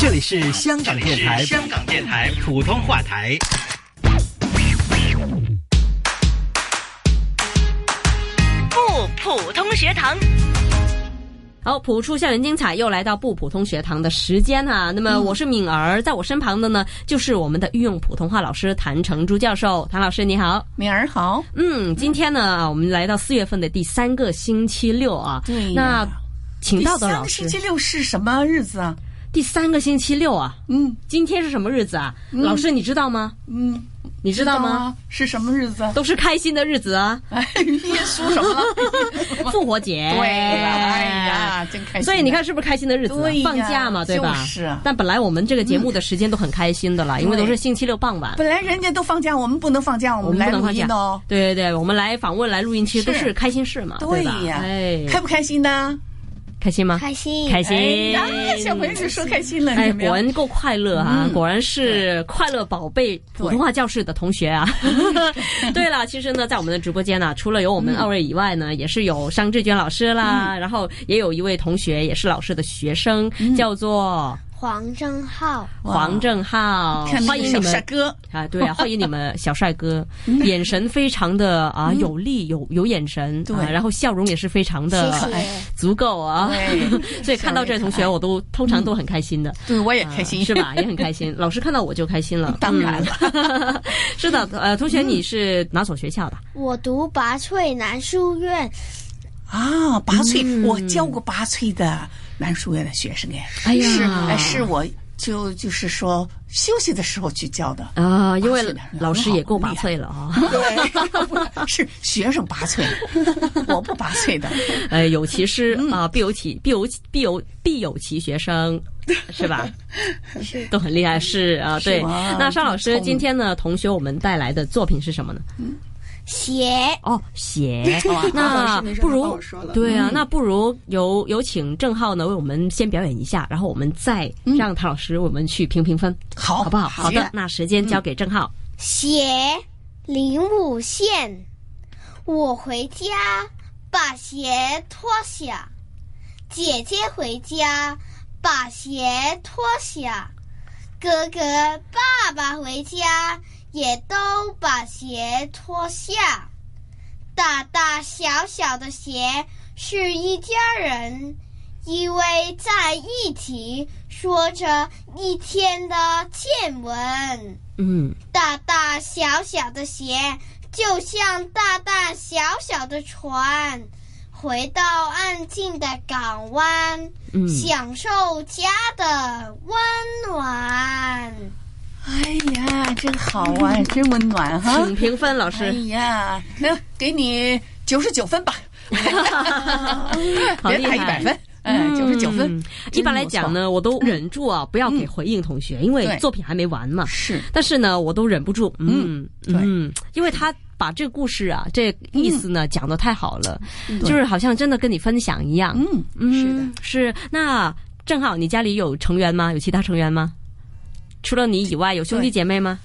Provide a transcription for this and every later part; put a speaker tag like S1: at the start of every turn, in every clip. S1: 这里是香港电台
S2: 香港电台
S1: 普通话台。
S3: 不普通学堂。
S4: 好，普出校园精彩又来到不普通学堂的时间啊！那
S3: 嗯
S4: 么我是敏儿，在我身旁的呢就是我们的御用普通话老师谭成珠教授，谭老师你好。
S3: 敏儿好，
S4: 嗯，今天呢，我们来到四月份的第三个星期六啊。
S3: 哎对呀
S4: 那请到的
S3: 第三
S4: 老
S3: 个
S4: 师
S3: 星期六是什么日子啊？
S4: 第三个星期六啊，
S3: 嗯
S4: 今天是什么日子啊？老师你知道吗？
S3: 嗯，
S4: 你知道吗？
S3: 啊？是什么日子啊？
S4: 都是开心的日子啊，
S3: 哎，耶稣什么 了？
S4: 复活节。
S3: 对了，哎呀，真开心啊。
S4: 所以你看，是不是开心的日子啊、
S3: 对呀
S4: 放假嘛，对吧？
S3: 就是嗯啊
S4: 但本来我们这个节目的时间都很开心的啦，因为
S3: 对
S4: 都是星期六傍晚。
S3: 本来人家都放假，我们不能放假，
S4: 我
S3: 我
S4: 们
S3: 来
S4: 不能
S3: 录
S4: 放
S3: 音
S4: 假
S3: 的哦。
S4: 对对对，我们来访问、来录音，其实都
S3: 是
S4: 是开心事嘛，
S3: 对
S4: 啊吧？
S3: 呀
S4: 哎，
S3: 开不开心呢？
S4: 开心吗？
S5: 开心，
S4: 开
S3: 哎
S4: 心。
S3: 呀，小朋友就说开心了，
S4: 哎，
S3: 有没
S4: 果
S3: 有？
S4: 然够快乐啊！
S3: 嗯
S4: 果然是快乐宝贝普通话教室的同学 啊。对了，其实呢，在我们的直播间呢、除了有我们
S3: 嗯
S4: 二位以外呢，也是有商志娟老师啦，然后也有一位同学也是老师的学生，
S3: 嗯
S4: 叫做
S5: 黄正浩，
S3: 哇
S4: 黄正浩
S3: 看，那
S4: 欢
S3: 个
S4: 迎你
S3: 小
S4: 们
S3: 帅 哥，嗯
S4: 啊，对 啊，欢迎你们小帅哥，眼神非常的啊有力，有有眼神，
S3: 对
S4: 啊然后笑容也是非常的
S5: 谢谢
S4: 哎足够啊，
S3: 对
S4: 所以看到这位同学，我都通常都很开心的，
S3: 对我也开心
S4: 啊是？吧？也很开 心，老师看到我就开心了，
S3: 当然了嗯
S4: 嗯， 是的，呃，同学你是哪所学校的？
S5: 我读拔萃男书院，
S3: 啊，拔
S4: 嗯
S3: 萃，我教过拔萃的男书院的学生哎。
S4: 哎。
S3: 是，哎，是我就就是说休息的时候去教的
S4: 啊，因为
S3: 拔萃的
S4: 老师也够拔萃了啊。
S3: 对，不是 是学生拔萃，我不拔萃的。
S4: 呃，有其师啊、必有其必有其必有必有其学生，是吧？是， 都很厉害，是啊，对。
S3: 吗
S4: 那邵老
S3: 真
S4: 师
S3: 聪明
S4: 今天呢，同学我们带来的作品是什么呢？
S5: 鞋
S4: 哦，写。
S3: 哇
S4: 那不
S6: 帮
S4: 如
S6: 我说了
S4: 对啊，那不如有有请郑浩呢为我们先表演一下，然后我们再让唐老师为我们去评评分，
S3: 哦好，
S4: 好不好？好
S3: 行
S4: 的，，那时间交给郑浩。
S5: 鞋零五线，我回家把鞋脱下，姐姐回家把鞋脱下，哥哥、爸爸回家也都把鞋脱下。大大小小的鞋是一家人，依偎在一起，说着一天的见闻。
S4: 嗯，
S5: 大大小小的鞋，就像大大小小的船，回到安静的港湾，
S4: 嗯
S5: 享受家的温暖。
S3: 哎呀，真好啊，真温暖哈。
S4: 请评分，老
S3: 哎
S4: 师。
S3: 呀，那给你九十九 分吧，
S4: 好
S3: 别
S4: 厉
S3: 打
S4: 害
S3: 一百分，嗯，九十九分
S4: 嗯。一般来讲呢，我都忍住啊，不要给
S3: 嗯
S4: 回应同学，因为
S3: 对
S4: 作品还没完嘛
S3: 真不错，。是
S4: 但是呢，我都忍不住，嗯
S3: 对嗯
S4: 嗯，因为他把这个故事啊，这个意思呢、讲的太好了，就是好像真的跟你分享一样。
S3: 嗯，
S4: 嗯，是的，是。那正好你家里有成员吗？有其他成员吗？除了你以外，有兄弟
S3: 对
S4: 姐妹吗？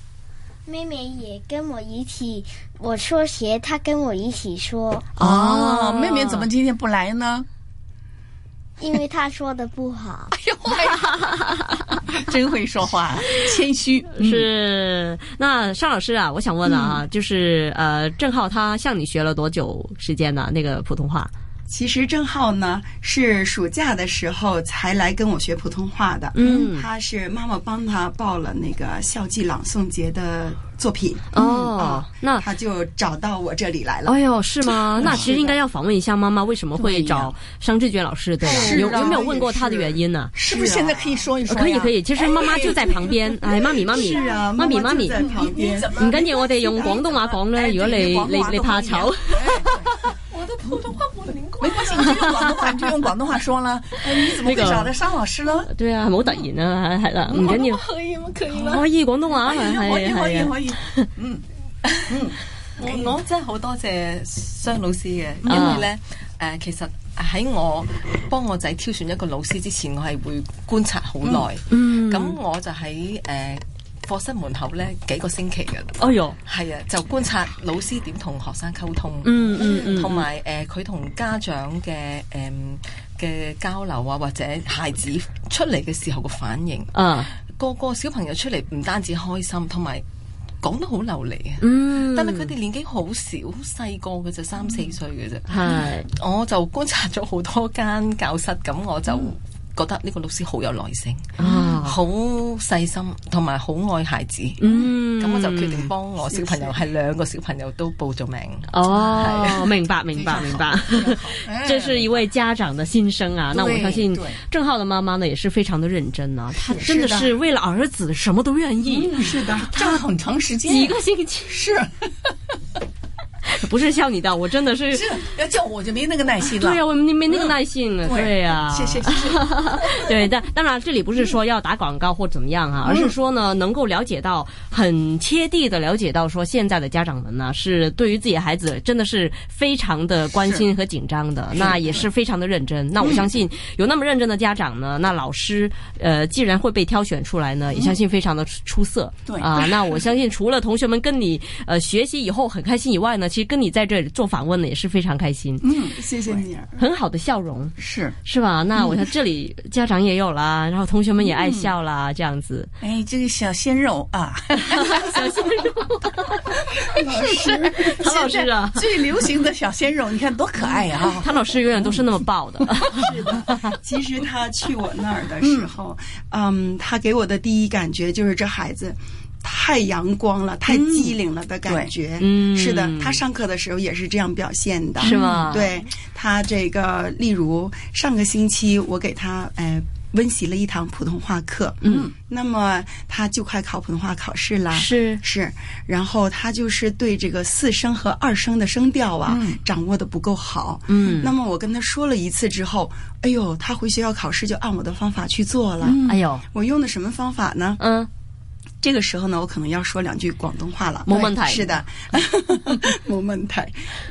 S5: 妹妹也跟我一起，我说鞋，她跟我一起说，
S3: 哦，妹妹怎么今天不来呢？
S5: 因为她说的不 好。
S3: 哎呦哎呀，真会说话，谦虚嗯
S4: 是那尚老师啊，我想问啊，就是呃，郑浩他向你学了多久时间呢、那个普通话，
S6: 其实郑浩呢是暑假的时候才来跟我学普通话的，
S4: 嗯
S6: 他是妈妈帮他报了那个校际朗诵节的作品，
S4: 哦
S6: 啊，
S4: 那
S6: 他就找到我这里来了。
S4: 哎呦，是吗？那其实应该要访问一下妈妈为什么会找商志娟老师，对吧？
S6: 是啊
S4: 有有没有问过她的原因呢？
S3: 是不是现在可以说一说
S4: 呃
S3: 呀？
S4: 可以可以，其实妈妈就在旁边， 哎，妈咪妈咪，
S6: 是啊，
S4: 媽咪媽
S6: 妈
S4: 咪
S6: 就在旁边，
S4: 唔緊要，我哋用廣東
S6: 哎
S4: 話講
S3: 哎
S4: 咧。如果你你你怕 醜，
S3: 没关系，你就用廣東話，你就用廣東話 說啦。哎你怎麼會找到商老師呢？
S4: 對啊，係咪好突然啊？係啦，唔緊要，哦
S3: 可以嗎？可以
S4: 可以廣東話係
S3: 哎可以
S4: 係
S3: 可以
S4: 係啊
S3: 可 以。
S4: 嗯
S7: 我我真係好多謝商老師嘅，因
S4: 啊
S7: 為咧誒、呃其實喺我幫我仔挑選一個老師之前，我係會觀察好耐。
S4: 嗯
S7: 咁、我就喺誒、呃、課室門口咧幾個星期嘅，
S4: 哎呦，
S7: 係啊，就觀察老師點同學生溝通，
S4: 嗯
S7: 呃
S4: 嗯嗯嗯，
S7: 同埋誒佢同家長嘅誒嗯嘅交流啊，或者孩子出嚟嘅時候個反應，
S4: 啊，
S7: 個個小朋友出嚟唔單止開心，同埋講得好流利啊。
S4: 嗯，
S7: 但係佢哋年紀好少，好細個嘅啫，三四歲嘅啫。
S4: 係
S7: 我就觀察咗好多間教室，咁我就覺得呢個老師好有耐性，
S4: 嗯啊，
S7: 好細心，同埋好愛孩子。
S4: 嗯，
S7: 咁我就決定幫我小朋友，係兩個小朋友都報咗名。
S4: 哦，明白明白明白， 这是一位家长的心声啊。那我相信
S6: 哎对
S4: 郑浩的妈妈呢也是非常的认真啊，她真的
S6: 是的
S4: 是为了儿子什么都愿意，
S6: 是的，站很长时间，
S4: 几个星期
S6: 是
S4: 不是笑你的，我真的是
S6: 是，要叫我就没那个耐心了。
S4: 对呀、啊我们没那个耐性了，
S6: 对
S4: 对啊呀、
S6: 谢谢谢谢。
S4: 对，但当然这里不是说要打广告或怎么样啊，而是说呢，能够了解到很切地的了解到说现在的家长们呢，是对于自己的孩子真的是非常的关心和紧张的，那也是非常的认真。那我相信有那么认真的家长呢，那老师呃，既然会被挑选出来呢，也相信非常的出色。
S6: 对
S4: 啊，那我相信除了同学们跟你呃学习以后很开心以外呢，其实跟你在这里做访问呢也是非常开心，
S6: 嗯，谢谢你儿，
S4: 很好的笑容。
S6: 是。
S4: 是吧？那我想这里家长也有啦，然后同学们也爱笑啦，这样子。
S3: 哎，这个小鲜肉 啊，
S4: 小鲜肉，唐老师啊
S6: 现在最流行的小鲜肉，你看多可爱呀、啊！
S4: 唐老师永远都是那么爆的。
S6: 其实他去我那儿的时候，嗯，他给我的第一感觉就是这孩子。太阳光了，太机灵了的感觉。
S4: 嗯
S6: 是的
S4: 嗯，
S6: 他上课的时候也是这样表现的，
S4: 是吗
S6: 对他这个，例如上个星期我给他呃温习了一堂普通话课，嗯，那么他就快考普通话考试啦，
S4: 是
S6: 是，然后他就是对这个四声和二声的声调啊、掌握的不够好。
S4: 嗯
S6: 那么我跟他说了一次之后，哎呦，他回学校考试就按我的方法去做了。
S4: 哎呦，
S6: 我用的什么方法呢？
S4: 嗯，
S6: 这个时候呢，我可能要说两句广东话了。
S4: 冇问题
S6: 是的， 冇问题。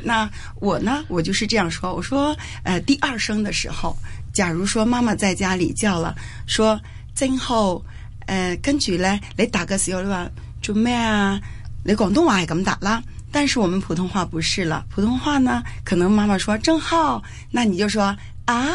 S6: 那我呢，我就是这样说，我说，呃，第二声的时候，假如说妈妈在家里叫了，说正浩，呃，跟住咧，你答嘅时候你话做咩啊？你广东话系咁答啦。但是我们普通话不是了，普通话呢，可能妈妈说正浩，那你就说啊，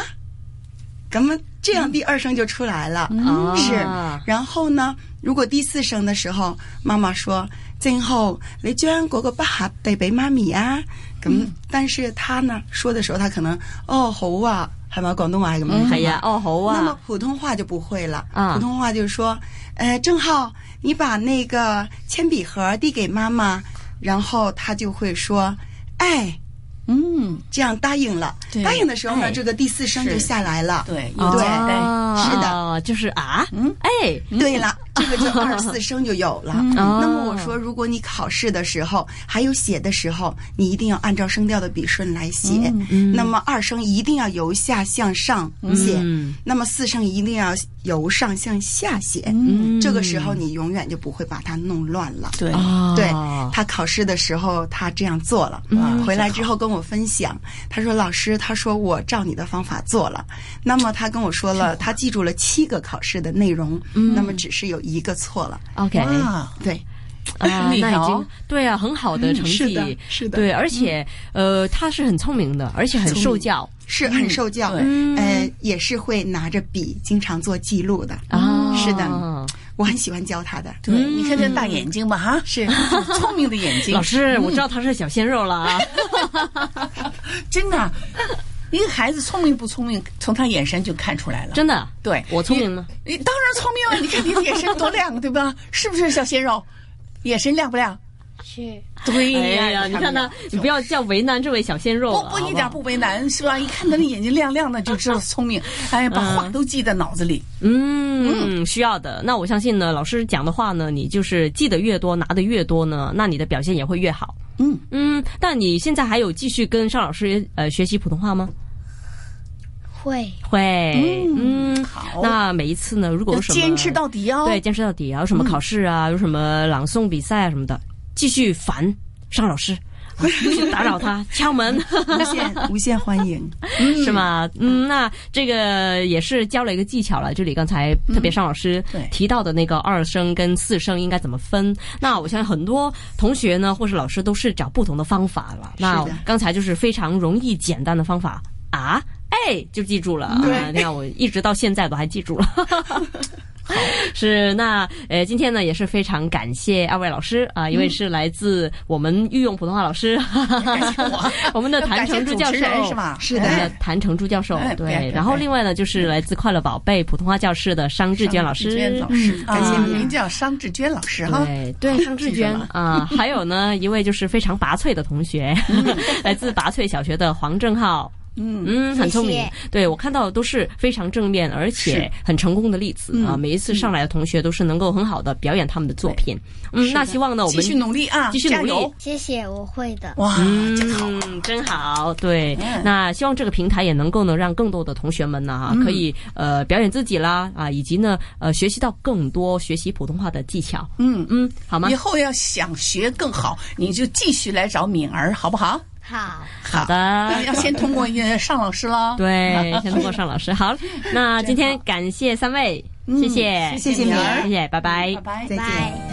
S6: 咱们这样第二声就出来了，
S4: 嗯
S6: 是
S4: 啊。
S6: 然后呢，如果第四声的时候，妈妈说：“静后，你将嗰个筆盒递俾妈咪啊。”咁，但是他呢说的时候，他可能哦好啊，系咪广东话系咁樣
S4: 系啊，哦好
S6: 嗯那么
S4: 啊，
S6: 普通话就不会了，
S4: 啊
S6: 普通话就说：“呃，正浩，你把那个铅笔盒递给妈妈。”然后他就会说：“哎。”
S3: 嗯，
S6: 这样答应了，
S3: 对
S6: 答应的时候呢，
S3: 哎
S6: 这个第四声就是下来了。
S3: 对，有
S6: 对
S3: 点
S6: 哦
S3: 呆。
S4: 啊
S6: 是的嗯
S4: 哦就是啊，哎，
S6: 对了，这个 就二四声就有了。
S4: 嗯
S6: 那
S4: 哦
S6: 么我说，如果你考试的时候，还有写的时候，你一定要按照声调的笔顺来写。
S4: 嗯
S6: 那么二声一定要由下向上写，
S4: 嗯
S6: 那么四声一定要由上向下写。
S4: 嗯
S6: 这个时候你永远就不会把它弄乱了。
S3: 对，
S4: 啊，
S6: 对他考试的时候，他这样做了，啊回来之后跟我分享，他说：“老师，他说我照你的方法做了。”那么他跟我说了，他记住了七个考试的内容，那么只是有一个错了。
S4: ，OK，啊，
S3: 啊，
S6: 对，
S4: 那已
S7: 厉害哦
S4: 经对啊，很好的成
S6: 嗯是
S4: 绩
S6: 的，是的
S4: 对，而且呃，他是很聪明的，而且很受教
S6: 是很受教，
S4: 嗯
S6: 呃，也是会拿着笔经常做记录的。
S4: 啊，
S6: 是的，我很喜欢教他的。
S3: 对，你看这大眼睛吧，哈，是聪明的眼
S4: 嗯
S3: 睛嗯
S4: 老，师，我知道他是小鲜肉了 啊。
S3: 真的。啊一个孩子聪明不聪明，从他眼神就看出来了。
S4: 真的，
S3: 对，
S4: 我聪明吗
S3: 你？你当然聪 明啊了，你看你的眼神多亮，对吧？是不是小鲜肉？眼神亮不亮？
S5: 是
S3: 对
S4: 哎呀，你看他，你不要叫为难这位小鲜肉
S3: 不
S4: 了
S3: 不
S4: 好
S3: 一
S4: 不
S3: 点
S4: 好
S3: 不为难，是吧？一看他的眼睛亮亮的，就知道聪 明。哎，把话都记在脑子里。
S4: 嗯，需要的。那我相信呢，老师讲的话呢，你就是记得越多，拿的越多呢，那你的表现也会越好。
S3: 嗯
S4: 嗯，但你现在还有继续跟邵老师呃学习普通话吗？
S5: 会
S4: 会，嗯，
S3: 好
S4: 那每一次呢，如果
S3: 要
S4: 有什么
S3: 坚持到底哦。
S4: 对，坚持到底啊！有什么考试啊，有什么朗诵比赛啊什么的，继续烦尚老师，啊继续打扰他，敲门。
S6: 无限无限欢 迎，
S4: 是吗？嗯，那这个也是教了一个技巧了。这里刚才特别尚老师
S3: 嗯对
S4: 提到的那个二声跟四声应该怎么分？那我相信很多同学呢，或是老师都是找不同的方法了。那刚才就是非常容易简单的方法啊，哎，哎，就记住了
S3: 嗯
S4: 啊！你看，我一直到现在都还记住 了。是那呃，今天呢也是非常感谢二位老师
S3: 嗯
S4: 啊，一位是来自我们御用普通话老师，
S3: 我
S4: 我们的谭成珠教授
S3: 要感谢主持人是吧
S6: 是的
S4: 我们的谭成珠教授
S3: 哎别
S4: 对
S3: 别，
S4: 然后
S3: 别
S4: 另外呢就是来自快乐宝贝普通话教室的商志娟老师，嗯
S6: 娟老师，感谢
S3: 啊
S6: 您名叫商志娟老师哈。
S4: 对 对，张志
S6: 记住
S4: 娟
S6: 了
S4: 啊，还有呢一位就是非常拔萃的同 学，来自拔萃小学的黄正浩。嗯嗯，很聪明
S5: 谢。
S4: 对我看到的都是非常正面而且很成功的例子啊！
S3: 嗯
S4: 每一次上来的同学都是能够很好的表演他们的作品。嗯，那希望呢，我
S3: 继
S4: 们
S3: 续努力啊，
S4: 继续努
S3: 加
S4: 力
S3: 油！
S5: 谢谢，我会的。
S6: 哇，真好。
S4: 嗯，真好。对，那希望这个平台也能够呢，让更多的同学们呢，哈，可以呃表演自己啦啊，以及呢呃学习到更多学习普通话的技巧。
S3: 嗯
S4: 嗯，好吗
S3: 以？后要想学更好，你就继续来找敏儿，好不好？
S5: 好，
S3: 好
S4: 好。的，
S3: 要先 通过呃尚老师了。
S4: 对，先通过尚老师。好，那今天感谢三位，谢谢，
S6: 谢谢敏儿
S4: 谢谢，拜拜
S3: 嗯拜。拜。
S6: 再见
S5: 拜。